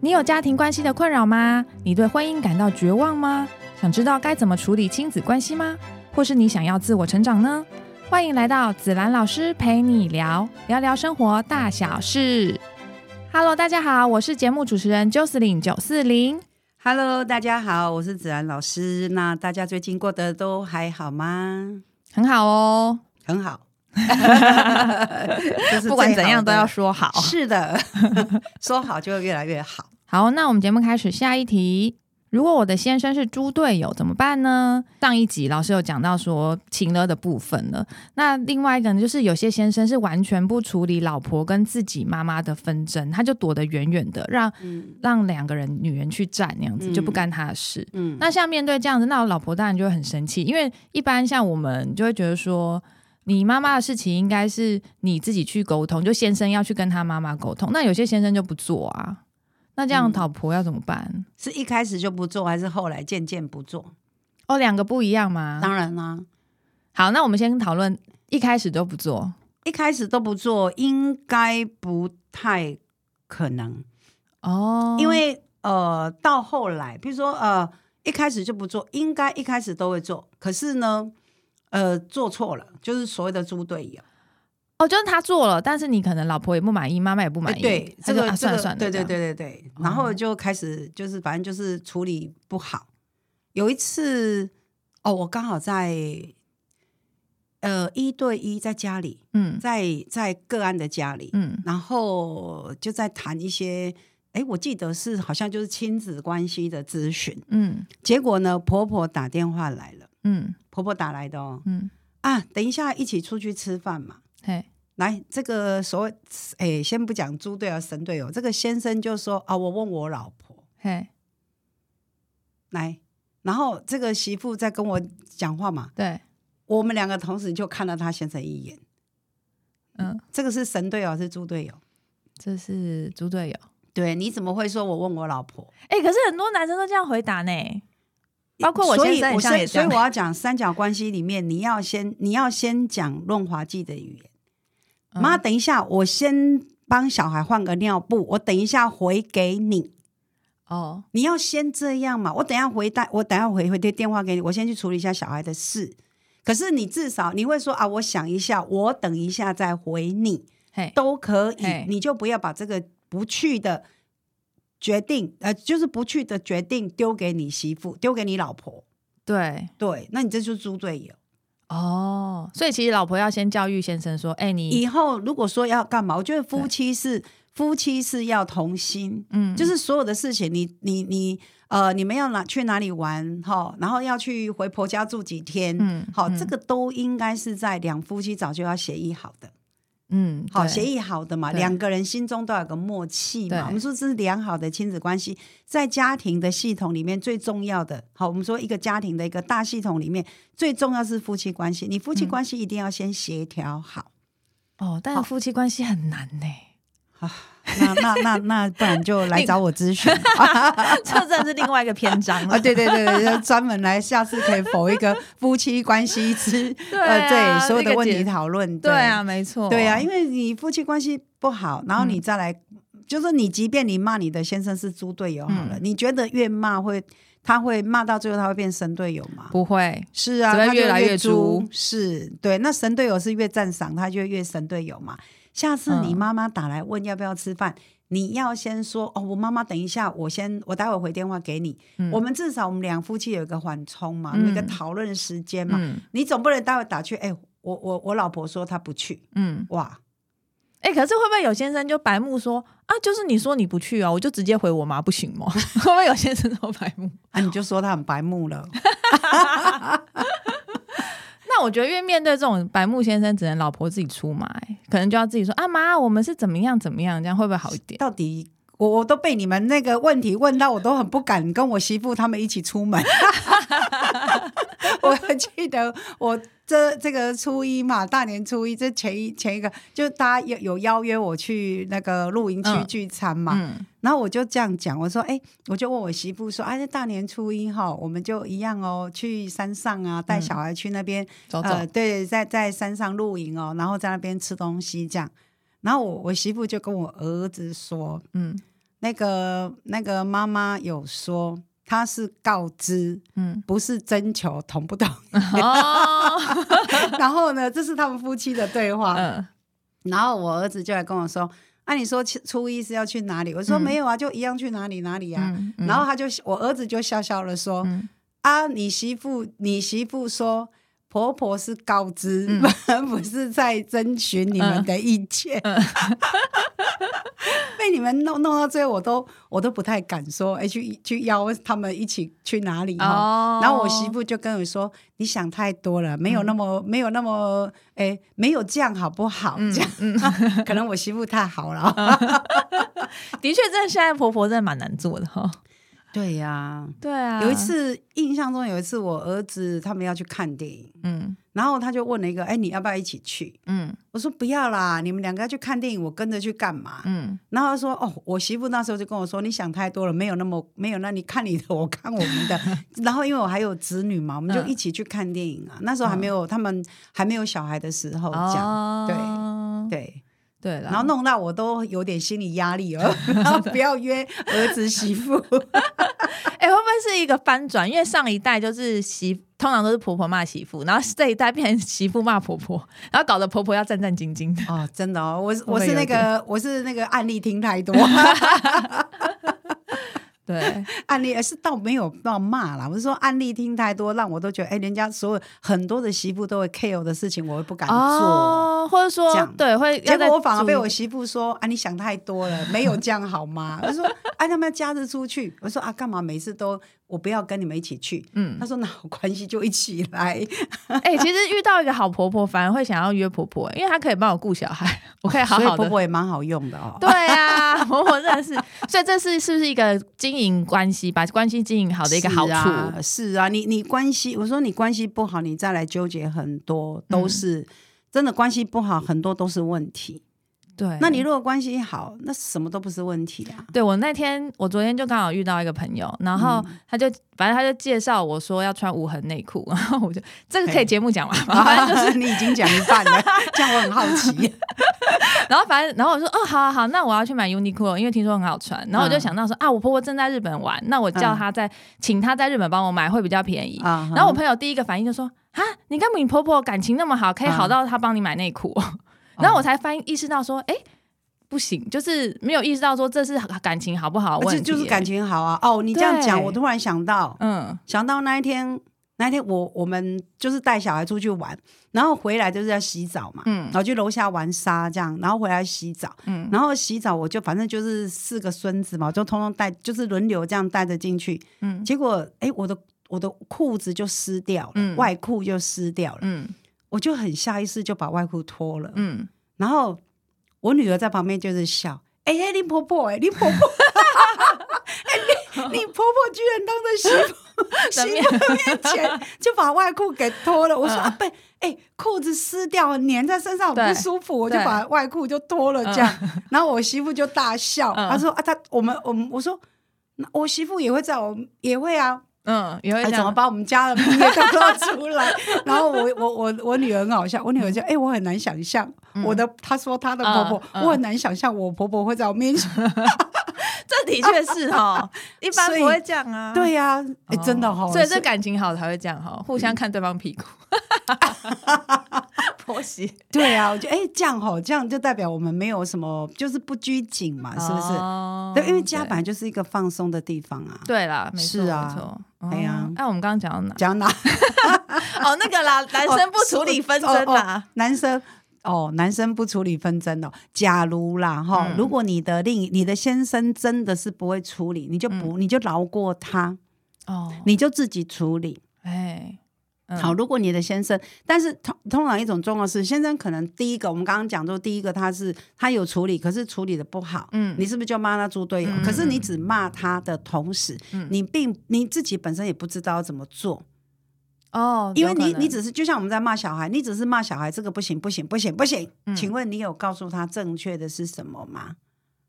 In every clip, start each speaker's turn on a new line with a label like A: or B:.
A: 你有家庭关系的困扰吗？你对婚姻感到绝望吗？想知道该怎么处理亲子关系吗？或是你想要自我成长呢？欢迎来到紫兰老师陪你聊，聊聊生活大小事。Hello，大家好，我是节目主持人 Jocelyn 九四零。
B: Hello，大家好，我是子安老师。那大家最近过得都还好吗？
A: 很好哦，
B: 很 好，
A: 不管怎样都 要说好
B: 好。是的， 说好就越来越好。
A: 好，那我们节目开始下一题。如果我的先生是猪队友怎么办呢？上一集老师有讲到说情勒的部分了。那另外一个呢，就是有些先生是完全不处理老婆跟自己妈妈的纷争，他就躲得远远的，让
B: 嗯
A: 让两个人女人去战那样子，
B: 嗯
A: 就不干他的事。
B: 嗯
A: 那像面对这样子，那我老婆当然就会很生气，因为一般像我们就会觉得说，你妈妈的事情应该是你自己去沟通，就先生要去跟他妈妈沟通。那有些先生就不做啊，那这样
B: 嗯
A: 老婆要怎么办？
B: 是一开始就不做，还是后来渐渐不做？
A: 哦，两个不一样吗？
B: 当然啦、
A: 好，那我们先讨论一开始都不做，
B: 一开始都不做，应该不太可能，
A: 哦，
B: 因为呃，到后来，比如说呃，一开始就不做，应该一开始都会做，可是呢，呃，做错了，就是所谓的猪队友。
A: 哦，就是他做了，但是你可能老婆也不满意，妈妈也不满
B: 哎
A: 意，
B: 对，
A: 他
B: 这
A: 就
B: 个
A: 啊
B: 这
A: 算
B: 个
A: 了算了，
B: 对对
A: 这样，哦
B: 对对对，然后就开始就是反正就是处理不好。有一次哦，我刚好在呃一对一在家里，
A: 嗯
B: 在在个案的家里，
A: 嗯
B: 然后就在谈一些。哎，我记得是好像就是亲子关系的咨询，
A: 嗯
B: 结果呢，婆婆打电话来了，
A: 嗯
B: 婆婆打来的哦，
A: 嗯，
B: 啊，等一下一起出去吃饭嘛，
A: 嘿，
B: 来，这个所谓，哎，先不讲猪队友、神队友，这个先生就说啊，我问我老婆
A: 嘿，
B: 来，然后这个媳妇在跟我讲话嘛，
A: 对，
B: 我们两个同时就看了他先生一眼，
A: 嗯，
B: 这个是神队友还是猪队友？
A: 这是猪队友。
B: 对，你怎么会说我问我老婆？
A: 哎、可是很多男生都这样回答呢，包括我先生
B: 所以
A: 好
B: 我
A: 像也
B: 所以
A: 这
B: 所以
A: 样
B: 我要讲三角关系里面，你要先你要先讲润滑剂的语言。
A: 嗯
B: 妈，等一下，我先帮小孩换个尿布，我等一下回给你。
A: 哦，
B: 你要先这样嘛，我等一下回带，我等一下回回电电话给你，我先去处理一下小孩的事。可是你至少你会说啊，我想一下，我等一下再回你
A: 嘿，
B: 都可以
A: 嘿，
B: 你就不要把这个不去的决定，呃，就是不去的决定丢给你媳妇，丢给你老婆。
A: 对，
B: 对，那你这就是猪队友。
A: 哦，所以其实老婆要先教育先生说，哎、你，
B: 以后如果说要干嘛，我觉得夫妻是夫妻是要同心，
A: 嗯，
B: 就是所有的事情你，你你呃，你们要哪去哪里玩哈，然后要去回婆家住几天，
A: 嗯
B: 好，
A: 嗯
B: 这个都应该是在两夫妻早就要协议好的，
A: 嗯，
B: 好
A: 对
B: 协议好的嘛，
A: 对
B: 两个人心中都有个默契
A: 对
B: 嘛。我们说这是良好的亲子关系，在家庭的系统里面最重要的，好，我们说一个家庭的一个大系统里面最重要是夫妻关系，你夫妻
A: 嗯
B: 关系一定要先协调好。
A: 哦，但是
B: 好
A: 夫妻关系很难 呢，
B: 那那那那，不然就来找 我咨询。
A: 这真的是另外一个篇章
B: 啊，
A: 了。
B: 对对对对，就专门来，下次可以否一个夫妻关 系之
A: 对
B: 呃
A: 啊
B: 对所有
A: 那
B: 的
A: 个
B: 问
A: 解
B: 题讨论。
A: 对啊，，没错，
B: 对啊，因为你夫妻关系不好，然后你
A: 嗯
B: 再来，就是你即便你骂你的先生是猪队友
A: 嗯
B: 好了，你觉得越骂会他会骂到最后他会变神队友吗？
A: 不会，
B: 是啊，
A: 只会
B: 他就
A: 越来越
B: 越
A: 猪
B: 是对。那神队友是越赞赏，他就越神队友嘛。下次你
A: 嗯
B: 妈妈打来问要不要吃饭，你要先说哦，我妈妈等一下，我先我待会回电话给你。
A: 嗯
B: 我们至少我们两夫妻有一个缓冲嘛，
A: 嗯
B: 有一个讨论时间嘛。
A: 嗯
B: 你总不能待会打去，哎、我我我老婆说她不去，
A: 嗯，
B: 哇，
A: 哎、可是会不会有先生就白目说啊，就是你说你不去哦，我就直接回我妈不行吗？ 会不会有先生都白目？
B: 啊你就说她很白目了。
A: 那我觉得，因为面对这种白目先生，只能老婆自己出马、欸，可能就要自己说啊妈，我们是怎么样怎么样，这样会不会好一点？
B: 到底我我都被你们那个问题问到，我都很不敢跟我媳妇他们一起出 门。我还记得我这这个初一嘛，大年初一这前一前一个，就大家有有邀约我去那个露营区
A: 嗯
B: 聚餐嘛，
A: 嗯
B: 然后我就这样讲，我说，哎、我就问我媳妇说，哎、那大年初一哈，我们就一样哦，去山上啊，带
A: 嗯
B: 小孩去那边、
A: 走走
B: 呃，对，在在山上露营哦，然后在那边吃东西这样。然后我我媳妇就跟我儿子说，
A: 嗯，
B: 那个那个妈妈有说，她是告知，
A: 嗯，
B: 不是征求同不同。
A: 哦，
B: 然后呢，这是他们夫妻的对话。
A: 嗯
B: 然后我儿子就来跟我说：“啊，你说初初一是要去哪里？”我说：“
A: 嗯
B: 没有啊，就一样去哪里哪里啊。
A: 嗯嗯
B: 然后他就我儿子就笑笑了说：“
A: 嗯
B: 啊，你媳妇，你媳妇说。”婆婆是告知， 不是在征询你们的意见。 被你们弄弄到最后，我都我都不太敢说，哎、去去邀他们一起去哪里哈
A: 哦，
B: 然后我媳妇就跟我说：“你想太多了，没有那么、没有那么，哎、没有这样好不好？”这样， 可能我媳妇太好了。
A: 哦的确，真的现在婆婆真的蛮难做的哈、
B: 对呀、
A: 对啊，
B: 有一，次印象中有一次，我儿子他们要去看电影，
A: 嗯
B: 然后他就问了一个：“哎、你要不要一起去
A: 嗯？”
B: 我说：“不要啦，你们两个要去看电影，我跟着去干嘛？”
A: 嗯，
B: 然后他说：“哦，我媳妇那时候就跟我说，你想太多了，没有那么没有那你看你的，我看我们的。 然后因为我还有子女嘛，我们就
A: 嗯
B: 一起去看电影啊。那时候还没有、他们还没有小孩的时候这样，
A: 哦，
B: 对。
A: 对了，
B: 然后弄到我都有点心理压 力了，然后不要约儿子媳妇。
A: 哎、会不会是一个翻转？因为上一代就是媳，通常都是婆婆骂媳妇，然后这一代变成媳妇骂婆婆，然后搞得婆婆要战战兢兢的。
B: 哦，真的哦，我是
A: 会不
B: 我
A: 会
B: 是那
A: 有
B: 个我是那个案例听太多，
A: 对，
B: 案例是倒没有到骂啦，我是说案例听太多，让我都觉得哎，人家所有很多的媳妇都会 care 的事情，我会不敢做。
A: 哦，或者
B: 这
A: 说
B: 样
A: 对，会
B: 结
A: 要再
B: 果我反而被
A: 注
B: 我
A: 意
B: 媳妇说：“啊，你想太多了，没有这样 好吗？”我说：“啊，他们要假日出去。”我说：“啊，干嘛每次都我不要跟你们一起去？”
A: 嗯
B: 她，说：“那有关系就一起来。
A: 哎、其实遇到一个好婆婆，反而会想要约婆婆，因为她可以帮我顾小孩，我可以” 好
B: 所以
A: 好
B: 婆
A: 的。
B: 婆也蛮好用的哦。
A: 对啊，婆婆真的是，所以这是是不是一个经营关系，把关系经营好的一个好处？
B: 是啊，是啊你你关系，我说你关系不好，你再来纠结很多
A: 嗯
B: 都是、真的关系不好，很多都是问题。
A: 对，
B: 那你如果关系好，那什么都不是问题 啊。
A: 对我那天，我昨天就刚好遇到一个朋友，然后
B: 嗯
A: 他就、反正他就介绍我说要穿无痕内裤，然后我就这个可以
B: 嘿
A: 节目讲 完吗？ 反正就是，
B: 啊你已经讲一半了， 这样我很好 奇。
A: 然后反正然后我说哦，好好好，那我要去买 Uniqlo，因为听说很好穿。然后我
B: 嗯
A: 就想到说、啊，我婆婆正在日本玩，那我叫她在、请她在日本帮我买会比较便宜。
B: 啊
A: 然后我朋友第一个反应就说啊，你跟你婆婆感情那么好，可以好
B: 嗯
A: 到她帮你买内裤哦、 然后我才翻意识到说，哎、不行，就是没有意识到说这是感情好不好的
B: 啊
A: 问
B: 就
A: 题、
B: 就是感情好啊。哦，你这样讲，
A: 对
B: 我突然想到，
A: 嗯。
B: 想到那一天，那一天我我们就是带小孩出去玩，然后回来就是要洗澡嘛，
A: 嗯
B: 然后去楼下玩沙这样，然后回来洗澡，
A: 嗯
B: 然后洗澡我就反正就是四个孙子嘛，我就通通带，就是轮流这样带着进去，
A: 嗯
B: 结果哎，我的我的裤子就湿掉了，
A: 嗯
B: 外裤就湿掉了，
A: 嗯
B: 我就很下意识就把外裤脱了，
A: 嗯，
B: 然后我女儿在旁边就是笑，哎、欸，林婆婆、欸，哎，林婆 婆，哎、你你婆婆居然当着 媳妇
A: 当
B: 媳
A: 面
B: 妇面前就把外裤给脱了。我说、
A: 嗯
B: 啊，不，哎、裤子湿掉了，粘在身上
A: 对
B: 很不舒服，我就
A: 对
B: 把外裤就脱了这样。然后我媳妇就大笑，
A: 嗯
B: 她说啊，她我们我们我说。那我媳妇也会在我也会啊，
A: 嗯，也会
B: 哎
A: 这
B: 怎么
A: 样。
B: 把我们家的蜜月都露出来？ 然后我我我我女儿很好笑，我女儿就哎、我很难想象我的，她说她的婆婆，
A: 嗯嗯嗯
B: 我很难想象我婆婆会在我面前。
A: 这的确是 哈，一般
B: 所以
A: 不会这样啊。
B: 对呀、哎、
A: 哦
B: 真的哈、哦，
A: 所以这感情好才会这样哈，互相看对方屁股，婆媳
B: 对呀、我觉得哎、这样哈、这样就代表我们没有什么，就是不拘谨嘛，啊是不是？
A: 哦
B: 对，因为家本来就是一个放松的地方啊。
A: 对啦，没错
B: 是啊
A: 没错。
B: 哎呀
A: 哦哎，我们刚刚讲到哪？
B: 讲哪？
A: 哦，那个啦， 男生不处理纷争啊
B: 哦
A: 啦。
B: 男生。哦，男生不处理纷争哦。假如啦，哈、
A: 嗯
B: 如果你的另一你的先生真的是不会处理，你就不、
A: 嗯
B: 你就饶过他，
A: 哦，
B: 你就自己处理。
A: 哎，嗯
B: 好，，如果你的先生，但是通通常一种状况是，先生可能第一个，我们刚刚讲说，第一个他是他有处理，可是处理的不好，
A: 嗯
B: 你是不是就骂他猪队友？
A: 嗯
B: 可是你只骂他的同时，
A: 嗯
B: 你并你自己本身也不知道怎么做，
A: 哦，
B: 因为
A: 有
B: 你
A: 可能
B: 你只是就像我们在骂小孩，你只是骂
A: 嗯
B: 小孩这个不行不行不行不行，请问你有告诉他正确的是什么吗？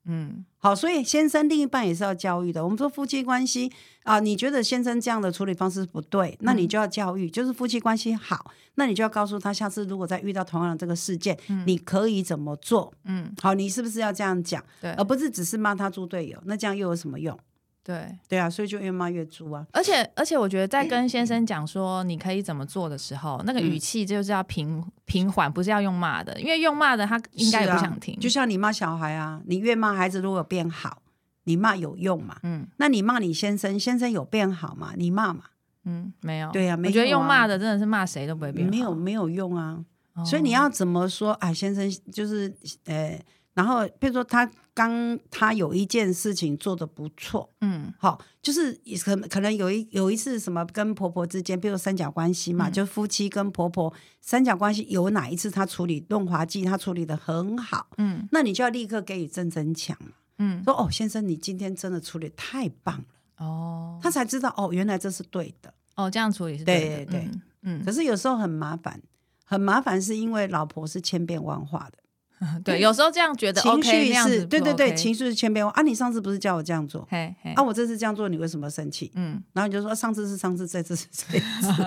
A: 嗯
B: 好，所以先生另一半也是要教育的。我们说夫妻关系啊、你觉得先生这样的处理方式不对，那
A: 嗯
B: 你就要教育，就是夫妻关系好，那你就要告诉他，下次如果再遇到同样的这个事件，
A: 嗯
B: 你可以怎么做？
A: 嗯，
B: 好，你是不是要这样讲，
A: 对
B: 而不是只是骂他猪队友？那这样又有什么用？
A: 对，
B: 对啊，所以就越骂越猪啊。
A: 而且而且我觉得在跟先生讲说你可以怎么做的时候，那个语气就是要平平缓，不是要用骂的，因为用骂的他应该也不
B: 是啊
A: 想听。
B: 就像你骂小孩啊，你越骂孩子如果有变好，你骂有用嘛？
A: 嗯
B: 那你骂你先生，先生有变好嘛？你骂嘛？
A: 嗯，没有。
B: 对啊没
A: 我觉得
B: 有啊
A: 用骂的真的是骂谁都不会变好。
B: 没有没有用啊。
A: 哦，
B: 所以你要怎么说啊，先生？就是呃，然后比如说他刚他有一件事情做的不错，
A: 嗯
B: 好，就是也可可能有一有一次什么跟婆婆之间，比如说三角关系嘛，
A: 嗯
B: 就夫妻跟婆婆三角关系，有哪一次他处理润滑剂，他处理的很好，
A: 嗯
B: 那你就要立刻给予正增强嘛，
A: 嗯
B: 说哦，先生，你今天真的处理得太棒了，
A: 哦，
B: 他才知道哦，原来这是对的。
A: 哦这样处理是对的。
B: 对对对
A: 嗯，
B: 可是有时候很麻烦，很麻烦是因为老婆是千变万化的。
A: 嗯对，有时候这样觉得
B: 情
A: OK，
B: 绪
A: 那样子
B: 是，
A: 不
B: 对对对，
A: OK
B: 情绪是千变万。啊，你上次不是叫我这样做？
A: 嘿嘿
B: 啊，我这次这样做，你为什么生气？
A: 嗯。
B: 然后你就说啊上次是上次，这次是这次。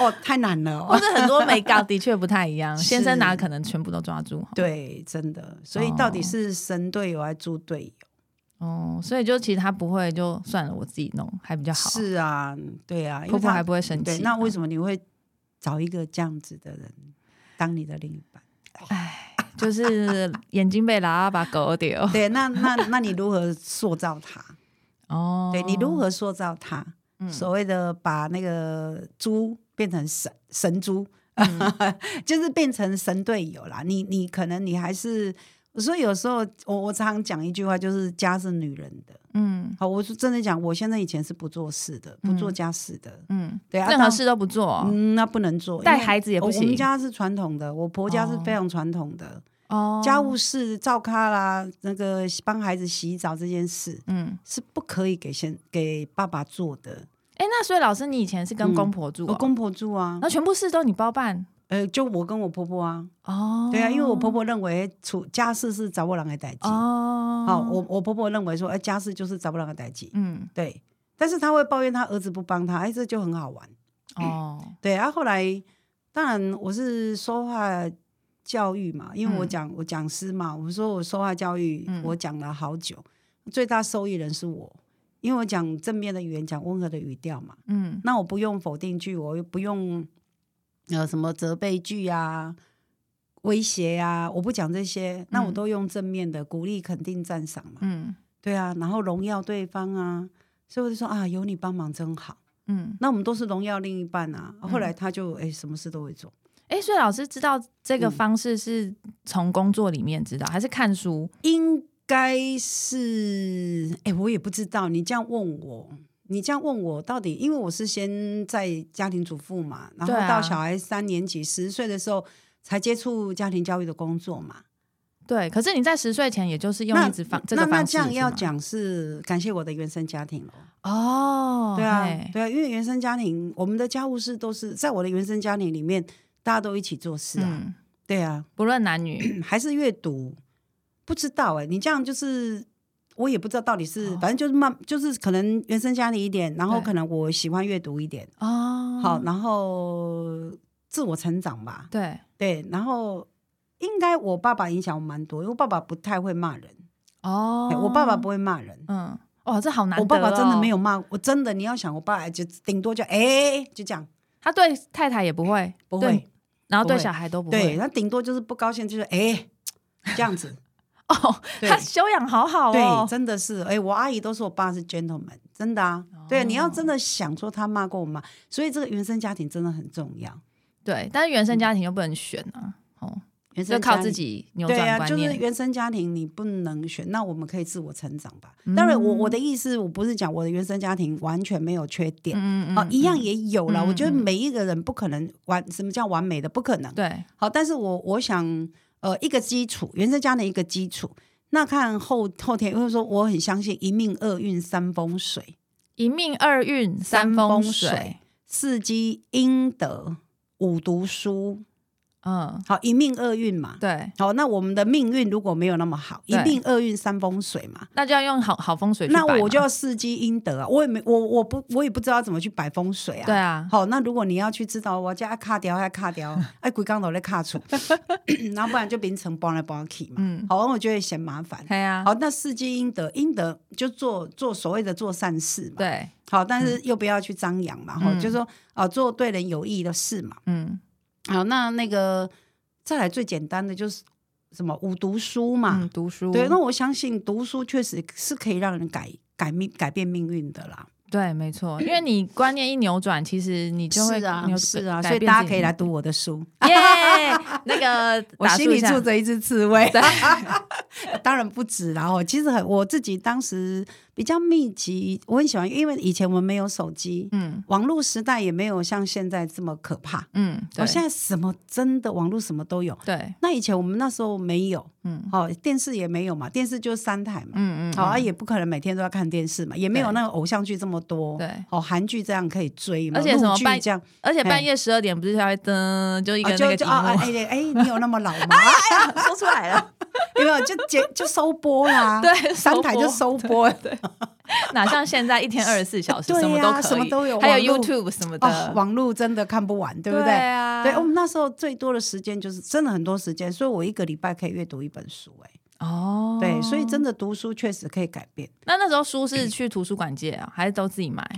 B: 哦，太难了、
A: 或
B: 哦。
A: 者很多美感的确不太一样，
B: 是
A: 先生哪可能全部都抓住？，
B: 对，真的。所以到底是神队友还是猪队友？
A: 哦，所以就其实他不会，就算了，我自己弄还比较好。，
B: 是啊，对啊，因为
A: 婆婆
B: 他
A: 还不会生
B: 对。
A: 气。啊
B: 那为什么你会找一个这样子的人当你的另一半？
A: 就是眼睛被喇叭狗丢。
B: 对，那那那你如何塑造他？
A: 哦，嗯
B: 对你如何塑造他？所谓的把那个猪变成神神猪，
A: 嗯
B: 就是变成神队友啦。你你可能你还是，所以有时候我我常讲一句话，就是家是女人的。
A: 嗯
B: 好，我是真的讲，我现在以前是不做事的，不做家事的，
A: 嗯，
B: 对啊，
A: 任何
B: 当
A: 事都不做。
B: 嗯，那不能做，因为
A: 带孩子也不
B: 我我
A: 行
B: 们家是传统的，我婆家是非常传统的，
A: 哦，
B: 家务事照咖啦，那个帮孩子洗澡这件事
A: 嗯，
B: 是不可以给先给爸爸做的。
A: 哎，那所以老师，你以前是跟公婆住哦，
B: 嗯我公婆住啊
A: 然，后全部事都你包办
B: 呃，就我跟我婆婆啊，
A: 哦？
B: 对啊，因为我婆婆认为处家事是找不人的代际，哦，
A: 哦，
B: 我我婆婆认为说，哎、家事就是找不人的代际，
A: 嗯
B: 对，但是她会抱怨她儿子不帮她，哎，这就很好玩，
A: 哦
B: 对，啊，后来当然我是说话教育嘛，因为我
A: 嗯
B: 讲、我讲师嘛，我说我说话教育，
A: 嗯
B: 我讲了好久，最大受益人是我。因为我讲正面的语言，讲温和的语调嘛，
A: 嗯
B: 那我不用否定句，我又不用呃什么责备句啊、威胁啊，我不讲这些，那我
A: 嗯
B: 都用正面的鼓励、肯定、赞赏嘛。
A: 嗯
B: 对啊，然后荣耀对方啊，所以我就说啊，有你帮忙真好。
A: 嗯，
B: 那我们都是荣耀另一半啊。
A: 嗯
B: 后来他就哎、什么事都会做，
A: 哎，所以老师知道这个
B: 嗯
A: 方式是从工作里面知道，还是看书？
B: 应该是哎、我也不知道。你这样问我。你这样问我到底，因为我是先在家庭主妇嘛，然后
A: 对啊
B: 到小孩三年级、十岁的时候才接触家庭教育的工作嘛。
A: 对，可是你在十岁前，也就是用
B: 那
A: 一直方这
B: 那
A: 个
B: 那
A: 方式
B: 这样要
A: 是吗
B: 讲是感谢我的原生家庭了。
A: 哦，
B: 对啊
A: 嘿，
B: 对啊，因为原生家庭，我们的家务事都是在我的原生家庭里面，大家都一起做事啊。
A: 嗯，
B: 对啊，
A: 不论男 女，
B: 还是阅读，不知道哎、你这样就是。我也不知道到底是，
A: 哦
B: 反正就是慢，就是可能原生家庭一点，然后
A: 对
B: 可能我喜欢阅读一点，
A: 哦，
B: 好，，然后自我成长吧，
A: 对，
B: 对，然后应该我爸爸影响我蛮多，因为我爸爸不太会骂人，
A: 哦
B: 哎，我爸爸不，会骂人，
A: 嗯，哇，这哦好难，哦
B: 我爸爸真的没，有骂我，真的，你要想，我爸就顶多就哎、就这样，
A: 他对太太也不会，
B: 不
A: 对
B: 会，，
A: 然后对
B: 不会
A: 小孩都不
B: 对，
A: 会，
B: 他顶多就是不高兴，就是哎、这 样子，
A: 哦，
B: 对
A: 他修养好好
B: 对，
A: 哦，
B: 真的是，哎、我阿姨都说我爸是 gentleman，真的啊，对，你要真
A: 哦
B: 的想说他骂过我妈，所以这个原生家庭真的很重要，
A: 对，但是原生家庭又不能选啊，哦，
B: 嗯原
A: 就
B: 生
A: 靠
B: 家
A: 自
B: 庭。
A: 己扭
B: 对
A: 转
B: 啊，
A: 观
B: 就是
A: 念，
B: 原生家庭你不能选，那我们可以自我成长吧。
A: 嗯
B: 当然我，我的意思，我不是讲我的原生家庭完全没有缺点，
A: 嗯
B: 啊，一样，也有啦。
A: 嗯
B: 我觉得
A: 嗯
B: 每一个人不可能完，什么叫完美的？不可能。
A: 对，
B: 好，但是我我想，呃，一个基础，原生家庭一个基础，那看后后天，因为说我很相信一命二运三风水，
A: 一命二运
B: 三
A: 风
B: 风水四积阴德，五读书，
A: 嗯，
B: 好，一命二运嘛。
A: 对，
B: 好，那我们的命运如果没有那么好，一
A: 对
B: 命二运三风水嘛，
A: 那就要用好好风水去摆
B: 那
A: 嘛。
B: 我就要伺机应得啊。我也没我我不我也不知道怎么去摆风水啊。
A: 对啊，
B: 好，那如果你要去知道我家卡掉还 卡掉，哎，鬼刚头在卡出，然后不然就变成搬来搬去 嘛。
A: 嗯，
B: 好，我就会嫌麻烦。
A: 对啊，
B: 好，那伺机应得，应得就做做所谓的做善事嘛。
A: 对，
B: 好，但是又不要去张扬嘛，哈、
A: 嗯
B: 就是说啊、做对人有益的事嘛。
A: 嗯
B: 好，那那个再来最简单的就是什么五读书嘛，
A: 嗯，读书，
B: 啊对，那我相信读书确实是可以让人改改命改变命运的啦。
A: 对，没错，因为你观念一扭转，其实你就会
B: 是啊
A: 扭，
B: 是啊，
A: 改
B: 所以
A: 变
B: 大
A: 自
B: 家
A: 己
B: 可以
A: 的
B: 来读我的书。
A: 耶那个
B: 我
A: 打
B: 心
A: 住一
B: 里
A: 下
B: 住着一只刺猬
A: 对，
B: 当然不止啦。哦，其实很我自己当时比较密集，我很喜欢，因为以前我们没有手机，
A: 嗯
B: 网络时代也没有像现在这么可怕。
A: 嗯，
B: 我、
A: 对，
B: 哦现在什么真的网络什么都有，
A: 对，
B: 那以前我们那时候没有，
A: 嗯
B: 哦，电视也没有嘛，电视就三台嘛，
A: 嗯嗯，
B: 好、啊，
A: 嗯
B: 也不可能每天都要看电视嘛，也没有
A: 对
B: 那个偶像剧这么多，
A: 对，
B: 哦，韩剧这样可以追嘛，
A: 而且什么
B: 陆剧
A: 半
B: 这样，
A: 而且半
B: 嘿
A: 夜十二点不是还会噔，就一个
B: 啊、
A: 那
B: 就
A: 个
B: 就哎
A: 题
B: 啊啊
A: 目，哎
B: 哎哎，你有那么老吗？
A: 说出来 了，
B: 有没有就结就收播啦？
A: 对
B: 三
A: 收
B: 台就
A: 播
B: 收播。哦对，
A: 哪像现在一天二十四小时，
B: 对
A: 什么都
B: 呀
A: 可以，
B: 什么都有
A: 还有
B: 网络
A: YouTube 什么
B: 哦
A: 的，，
B: 网络真的看不完，对不对？
A: 啊，
B: 对我们那时候最多的时间就是真的很多时间，所以我一个礼拜可以阅读一本书、哎、
A: 哦，
B: 对，所以真
A: 的，
B: 的读书确实可以改变。
A: 那那时候书是去图书馆借啊，还是都自己买？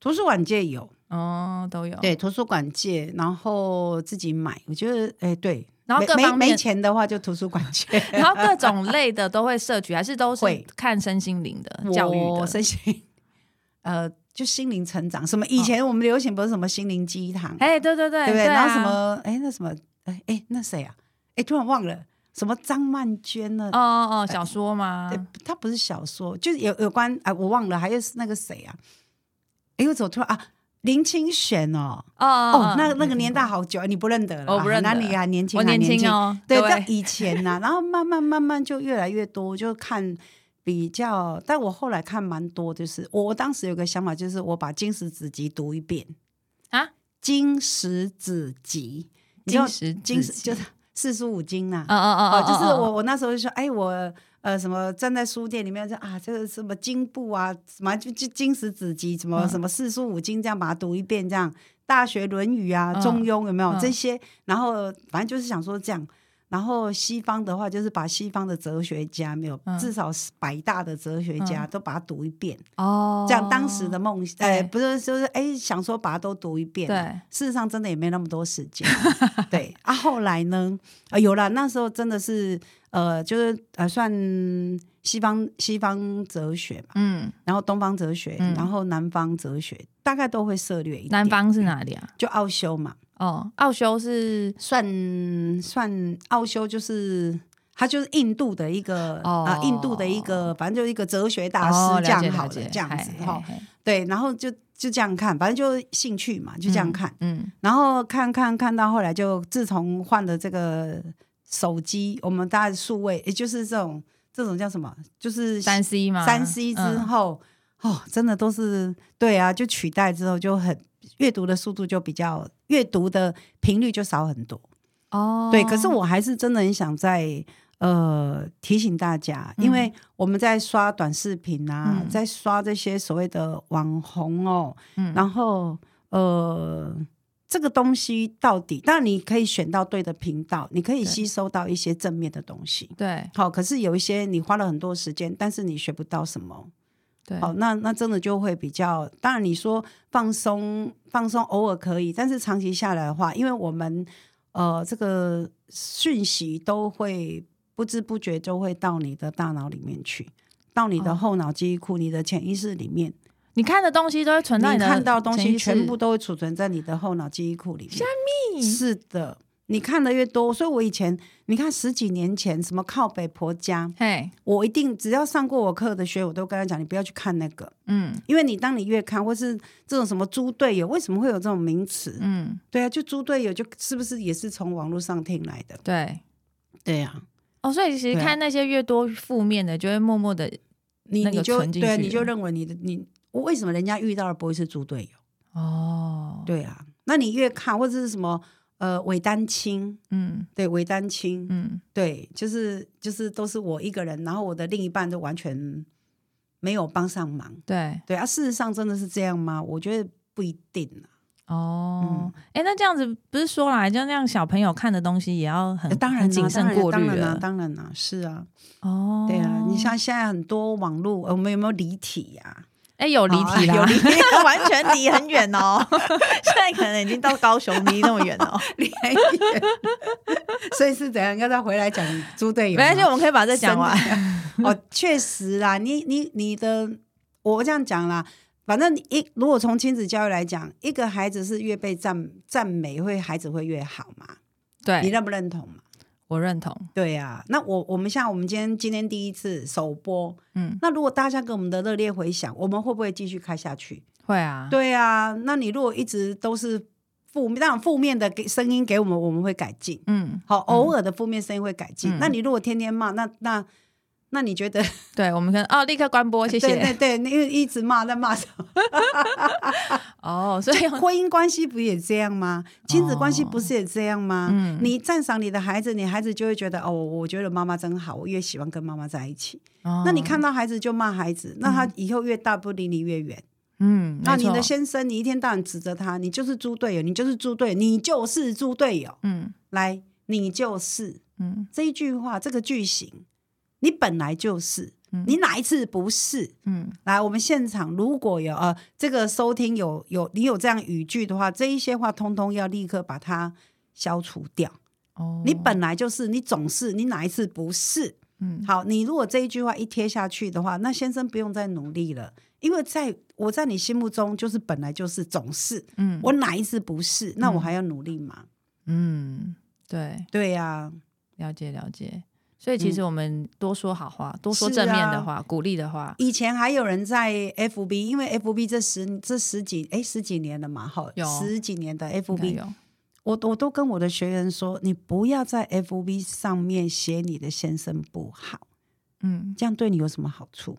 B: 图书馆借有，
A: 哦，都有，，
B: 对，图书馆借，然后自己买。我觉得，哎，对，
A: 然后
B: 没
A: 各
B: 没
A: 方
B: 没
A: 面，
B: 钱的话就图书馆借。
A: 然后各种类的都会摄取，还是都是
B: 会
A: 看身心灵的 教育
B: 我
A: 的，
B: 身心，呃，就心灵成长，什么以前我们流行不是什么心灵鸡汤，
A: 哎，对对对
B: 对不对？
A: 哦对啊，
B: 然后什么，哎，那什么，哎哎，那谁啊？哎，突然忘了，什么张曼娟呢？
A: 哦哦哦，小说吗？
B: 呃对，她不是小说，就是有有关啊，我忘了，还有是那个谁啊？哎，我怎么突然啊？林清玄哦，
A: 哦
B: 哦
A: 哦，
B: 那那个年代好久，你不认得了啦，
A: 我不认得
B: 那你还啊年轻，
A: 我
B: 还
A: 年
B: 年
A: 轻哦，
B: 对，
A: 各位
B: 在以前呐、 然后慢慢慢慢就越来越多，就看比较，但我后来看蛮多，就是我我当时有个想法，就是我把《金石子集》读一遍
A: 啊，
B: 《金石子集》，你知道
A: 金石
B: 金石
A: 子
B: 就是四书五经呐、
A: 嗯嗯嗯嗯，
B: 哦，就是
A: 嗯
B: 我，我那时候就说，哎，我呃什么站在书店里面就啊，这个什么经部啊，什么就就经史子集，什么
A: 嗯
B: 什么四书五经这样把它读一遍，这样《大学》《论语》啊，
A: 嗯
B: 《中庸》有没有
A: 嗯
B: 这些？然后反正就是想说这样。然后西方的话，就是把西方的哲学家没有，
A: 嗯
B: 至少是百大的哲学家
A: 嗯
B: 都把它读一遍，
A: 哦，
B: 这样当时的梦，
A: 对
B: 呃，不是就是哎，想说把它都读一遍，
A: 对，
B: 事实上真的也没那么多时间 啊，对啊。后来呢，呃，有了那时候真的是呃，就是呃，算西方西方哲学嘛，
A: 嗯，
B: 然后东方哲学，
A: 嗯
B: 然后南方哲学，大概都会涉略一点。嗯
A: 南方是哪里啊？
B: 就奥修嘛，
A: 哦，奥修是
B: 算算奥修就是。他就是印度的一个啊、
A: 哦
B: 印度的一个，反正就是一个哲学大师，这样好的这样子
A: 哦了解了解
B: 哈。，
A: 嗨嗨嗨
B: 对，然后就就这样看，反正就兴趣嘛，就这样看。
A: 嗯
B: 然后看看看到后来，就自从换了这个手机，我们大概数位，也就是这种这种叫什么，就是
A: 三 C 吗？
B: 三 C 之
A: 嗯
B: 后，哦，真的都是对啊，就取代之后就很阅读的速度就比较阅读的频率就少很多。
A: 哦，
B: 对，可是我还是真的很想在。呃，提醒大家，因为我们在刷短视频啊，
A: 嗯
B: 在刷这些所谓的网红哦，
A: 嗯
B: 然后呃，这个东西到底，当然你可以选到对的频道，你可以
A: 对
B: 吸收到一些正面的东西。
A: 对
B: 好，可是有一些你花了很多时间，但是你学不到什么。
A: 对
B: 好，那那真的就会比较。当然，你说放松放松偶尔可以，但是长期下来的话，因为我们呃这个讯息都会不知不觉就会到你的大脑里面去，到你
A: 哦
B: 的后脑记忆库、你的潜意识里面。
A: 你看的东西都会存到
B: 你
A: 啊的
B: 看到的东
A: 潜
B: 西
A: 意识
B: 全部都会储存在你的后脑记忆库里面。虾米？是的，你看的越多，所以我以前你看十几年前什么靠北婆家，
A: 嘿，
B: 我一定只要上过我课的学，我都跟他讲，你不要去看那个，
A: 嗯
B: 因为你当你越看，或是这种什么猪队友，为什么会有这种名词？
A: 嗯，
B: 对啊，就猪队友，就是不是也是从网络上听来的？
A: 对。
B: 对啊，
A: 哦，所以其实
B: 对啊
A: 看那些越多负面的，就会默默的
B: 你
A: 那个
B: 你就
A: 存进去
B: 对啊，
A: 了
B: 你就认为你的你，我为什么人家遇到的不会是猪队友？
A: 哦，
B: 对啊，那你越看或者是什么呃伪单亲，
A: 嗯
B: 对伪单亲，
A: 嗯
B: 对，就是就是都是我一个人，然后我的另一半都完全没有帮上忙。
A: 对
B: 对啊，事实上真的是这样吗？我觉得不一定啊。
A: 哦，
B: 嗯
A: 哎、那这样子不是说啦，就那样小朋友看的东西也要很
B: 呃当然
A: 很
B: 啊
A: 谨
B: 当
A: 慎
B: 然啊
A: 过
B: 当
A: 滤
B: 然啊，
A: 了
B: 当然啊，是啊，
A: 哦，
B: 对啊。你像现在很多网络，呃我们有没有离体呀、
A: 哎、有离
C: 哦
A: 题啦，
B: 有离
C: 完全离很远 哦，现在可能已经到高雄离那么远哦。
B: 离 很远所以是怎样？要再回来讲猪队友
C: 没
B: 吗？
C: 关系，我们可以把这讲完。
B: 哦，确实啦，你你你的，我这样讲啦，反正你一如果从亲子教育来讲，一个孩子是越被赞赞美，会孩子会越好嘛？你
A: 对，
B: 认不认同嘛？
A: 我认同，
B: 对呀、那我我们像我们今天今天第一次首播，
A: 嗯，
B: 那如果大家给我们的热烈回响，我们会不会继续开下去？
A: 会啊，
B: 对啊，那你如果一直都是负面，让负面的给声音给我们，我们会改进。
A: 嗯，
B: 好，偶尔的负面声音会改进。
A: 嗯
B: 那你如果天天骂，那那那你觉得
A: 对，我们可能哦，立刻关播，谢
B: 对对
A: 谢。
B: 对，因为一直骂在骂什 么？
A: 哦，所以
B: 就婚姻关系不也这样吗？亲子关系不是也这样吗？
A: 嗯
B: 你赞赏你的孩子，你孩子就会觉得哦，我觉得妈妈真好，我越喜欢跟妈妈在一起。那
A: 那
B: 你看，到孩子就骂孩子，那他以后越大不离你越远。
A: 嗯，
B: 那
A: 没
B: 你的
A: 错
B: 先生，你一天到晚指责他，你就是猪队友，你就是猪队友，你就是猪队友。
A: 嗯
B: 来，你就是
A: 嗯
B: 这一句话，这个句型，你本来就是，
A: 嗯
B: 你哪一次不是？
A: 嗯
B: 来，我们现场如果有呃这个收听有有你有这样语句的话，这一些话通通要立刻把它消除掉。
A: 哦，
B: 你本来就是，你总是，你哪一次不是？
A: 嗯
B: 好，你如果这一句话一贴下去的话，那先生不用再努力了，因为在我在你心目中就是本来就是总是，
A: 嗯
B: 我哪一次不是？那我
A: 嗯
B: 还要努力吗？
A: 嗯对，
B: 对啊呀、
A: 了解了
C: 嗯
A: 解。所以其实我们多说好话，多说
B: 是
A: 正面的
B: 啊
A: 话，鼓励的话，
B: 以前还有人在 FB，因为 FB 这十这十几哎十几年了嘛，好
A: 有
B: 十几年的
A: 应该
B: FB
A: 有
B: 我我都跟我的学员说，你不要在 FB 上面写你的先生不好，
A: 嗯，
B: 这样对你有什么好处？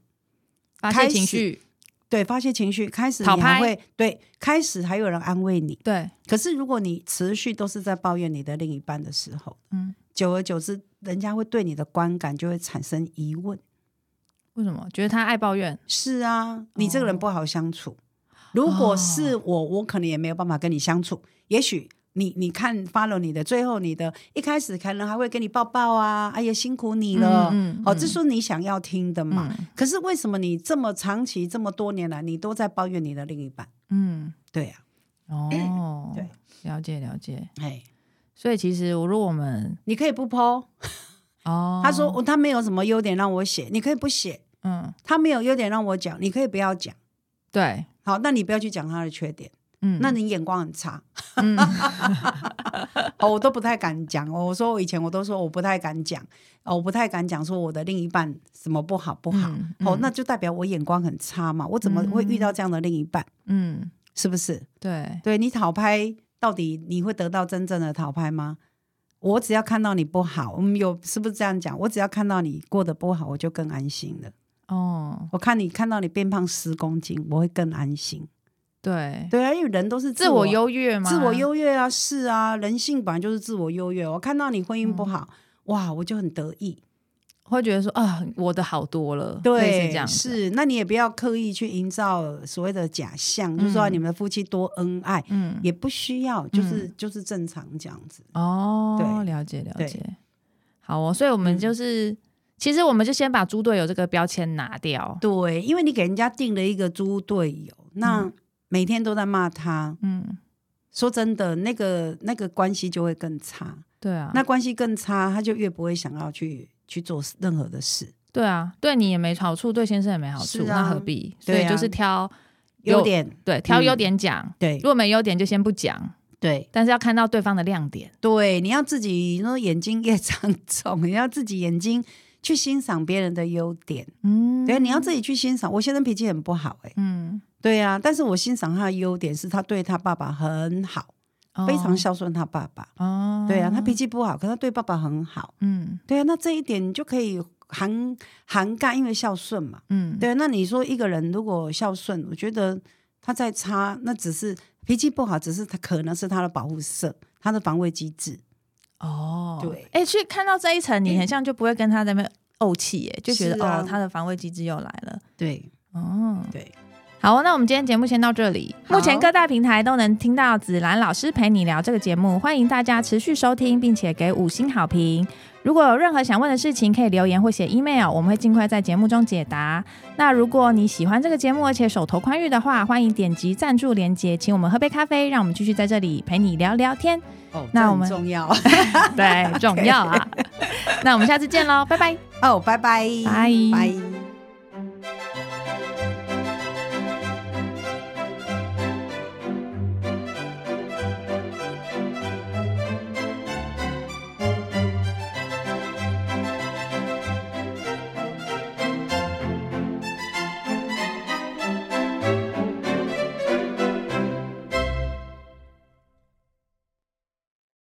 A: 发泄
B: 开
A: 情
B: 始
A: 绪，
B: 对，发泄情绪，开始
A: 讨
B: 你还
A: 拍
B: 会对，开始还有人安慰你。
A: 对，
B: 可是如果你持续都是在抱怨你的另一半的时候，
A: 嗯，
B: 久而久之，人家会对你的观感就会产生疑问。
A: 为什么觉得他爱抱怨？
B: 是啊，你这个人不好相处。如
A: 哦
B: 果是我，我可能也没有办法跟你相处。也许你你看 follow 你的，最后你的一开始可能还会跟你抱抱啊，哎呀辛苦你了，
A: 嗯嗯
B: 哦，
A: 嗯
B: 这是你想要听的嘛。
A: 嗯
B: 可是为什么你这么长期这么多年来，你都在抱怨你的另一半？
A: 嗯，
B: 对啊呀、，
A: 哦
B: 嗯 对，
A: 了解了解。
B: 啊，哎，
A: 所以其实我如果我们
B: 你可以不剖，
A: 哦，
B: 他说、哦他没有什么优点让我写，你可以不写；
A: 嗯，
B: 他没有优点让我讲，你可以不要讲。
A: 对，
B: 好，那你不要去讲他的缺点，
A: 嗯，
B: 那你眼光很差。
A: 嗯
B: 哦，我都不太敢讲哦。我说我以前我都说我不太敢讲，哦，我不太敢讲说我的另一半什么不好不好。
A: 嗯
B: 哦
A: 嗯，
B: 那就代表我眼光很差嘛。我怎么会遇到这样的另一半？
A: 嗯，
B: 是不是？
A: 对，
B: 对你讨拍，到底你会得到真正的讨拍吗？我只要看到你不好，我们有是不是这样讲？我只要看到你过得不好，我就更安心了。
A: 哦，
B: 我看你看到你变胖十公斤，我会更安心。
A: 对，
B: 对啊，因为人都是
A: 自我优越吗？
B: 自我优越啊，是啊，人性本来就是自我优越。我看到你婚姻
A: 嗯
B: 不好，哇，我就很得意。
A: 会觉得说啊，我的好多了，类似
B: 对，
A: 这样子，
B: 是，那你也不要刻意去营造所谓的假象，就是说
A: 嗯
B: 你们的夫妻多恩爱，
A: 嗯，
B: 也不需要，就是、就是正常这样子。
A: 哦，
B: 对
A: 了解了
B: 对嗯
A: 解，好哦，所以我们就是，其实我们就先把猪队友这个标签拿掉，
B: 对，因为你给人家定了一个猪队友，那每天都在骂他，
A: 嗯，
B: 说真的，那个那个关系就会更差。
A: 对啊，
B: 那关系更差，他就越不会想要去去做任何的事。
A: 对啊，对你也没好处，对先生也没好处，
B: 是
A: 那
B: 啊
A: 何必？所
B: 对
A: 以就
B: 啊
A: 是挑
B: 优
A: 有
B: 点，
A: 对挑
B: 嗯
A: 优点讲，
B: 对
A: 如果没优点就先不讲，
B: 对。
A: 但是要看到对方的亮点，
B: 对，你要自己那眼睛越长 肿，你要自己眼睛去欣赏别人的优点。
A: 嗯，
B: 对，你要自己去欣赏。我先生脾气很不好、欸，
A: 嗯，
B: 对啊，但是我欣赏他的优点是他对他爸爸很好，
A: 哦
B: 非常孝顺他爸爸。
A: 哦，
B: 对啊，他脾气不好，可他对爸爸很好。
A: 嗯
B: 对啊，那这一点你就可以涵涵盖，因为孝顺嘛。
A: 嗯，
B: 对啊，那你说一个人如果孝顺，我觉得他再差，那只是脾气不好只是他可能是他的保护色，他的防卫机制。
A: 哦，
B: 对
C: 哎、去看到这一层，你很像就不会跟他在那边怄气耶，就觉
B: 是
C: 得、
B: 啊
C: 哦，他的防卫机制又来了。
B: 对
A: 哦，
B: 对，
A: 好，那我们今天节目先到这里。
B: 好
A: 目前各大平台都能听到子兰老师陪你聊这个节目，欢迎大家持续收听，并且给五星好评。如果有任何想问的事情，可以留言或写 email，我们会尽快在节目中解答。那如果你喜欢这个节目，而且手头宽裕的话，欢迎点击赞助连结，请我们喝杯咖啡，让我们继续在这里陪你聊聊天，
B: 哦，
A: 那
B: 这很
A: 我们
B: 重要
A: 对，重要啊。那我们下次见喽，拜拜，
B: 哦，拜拜，
A: 拜
B: 拜。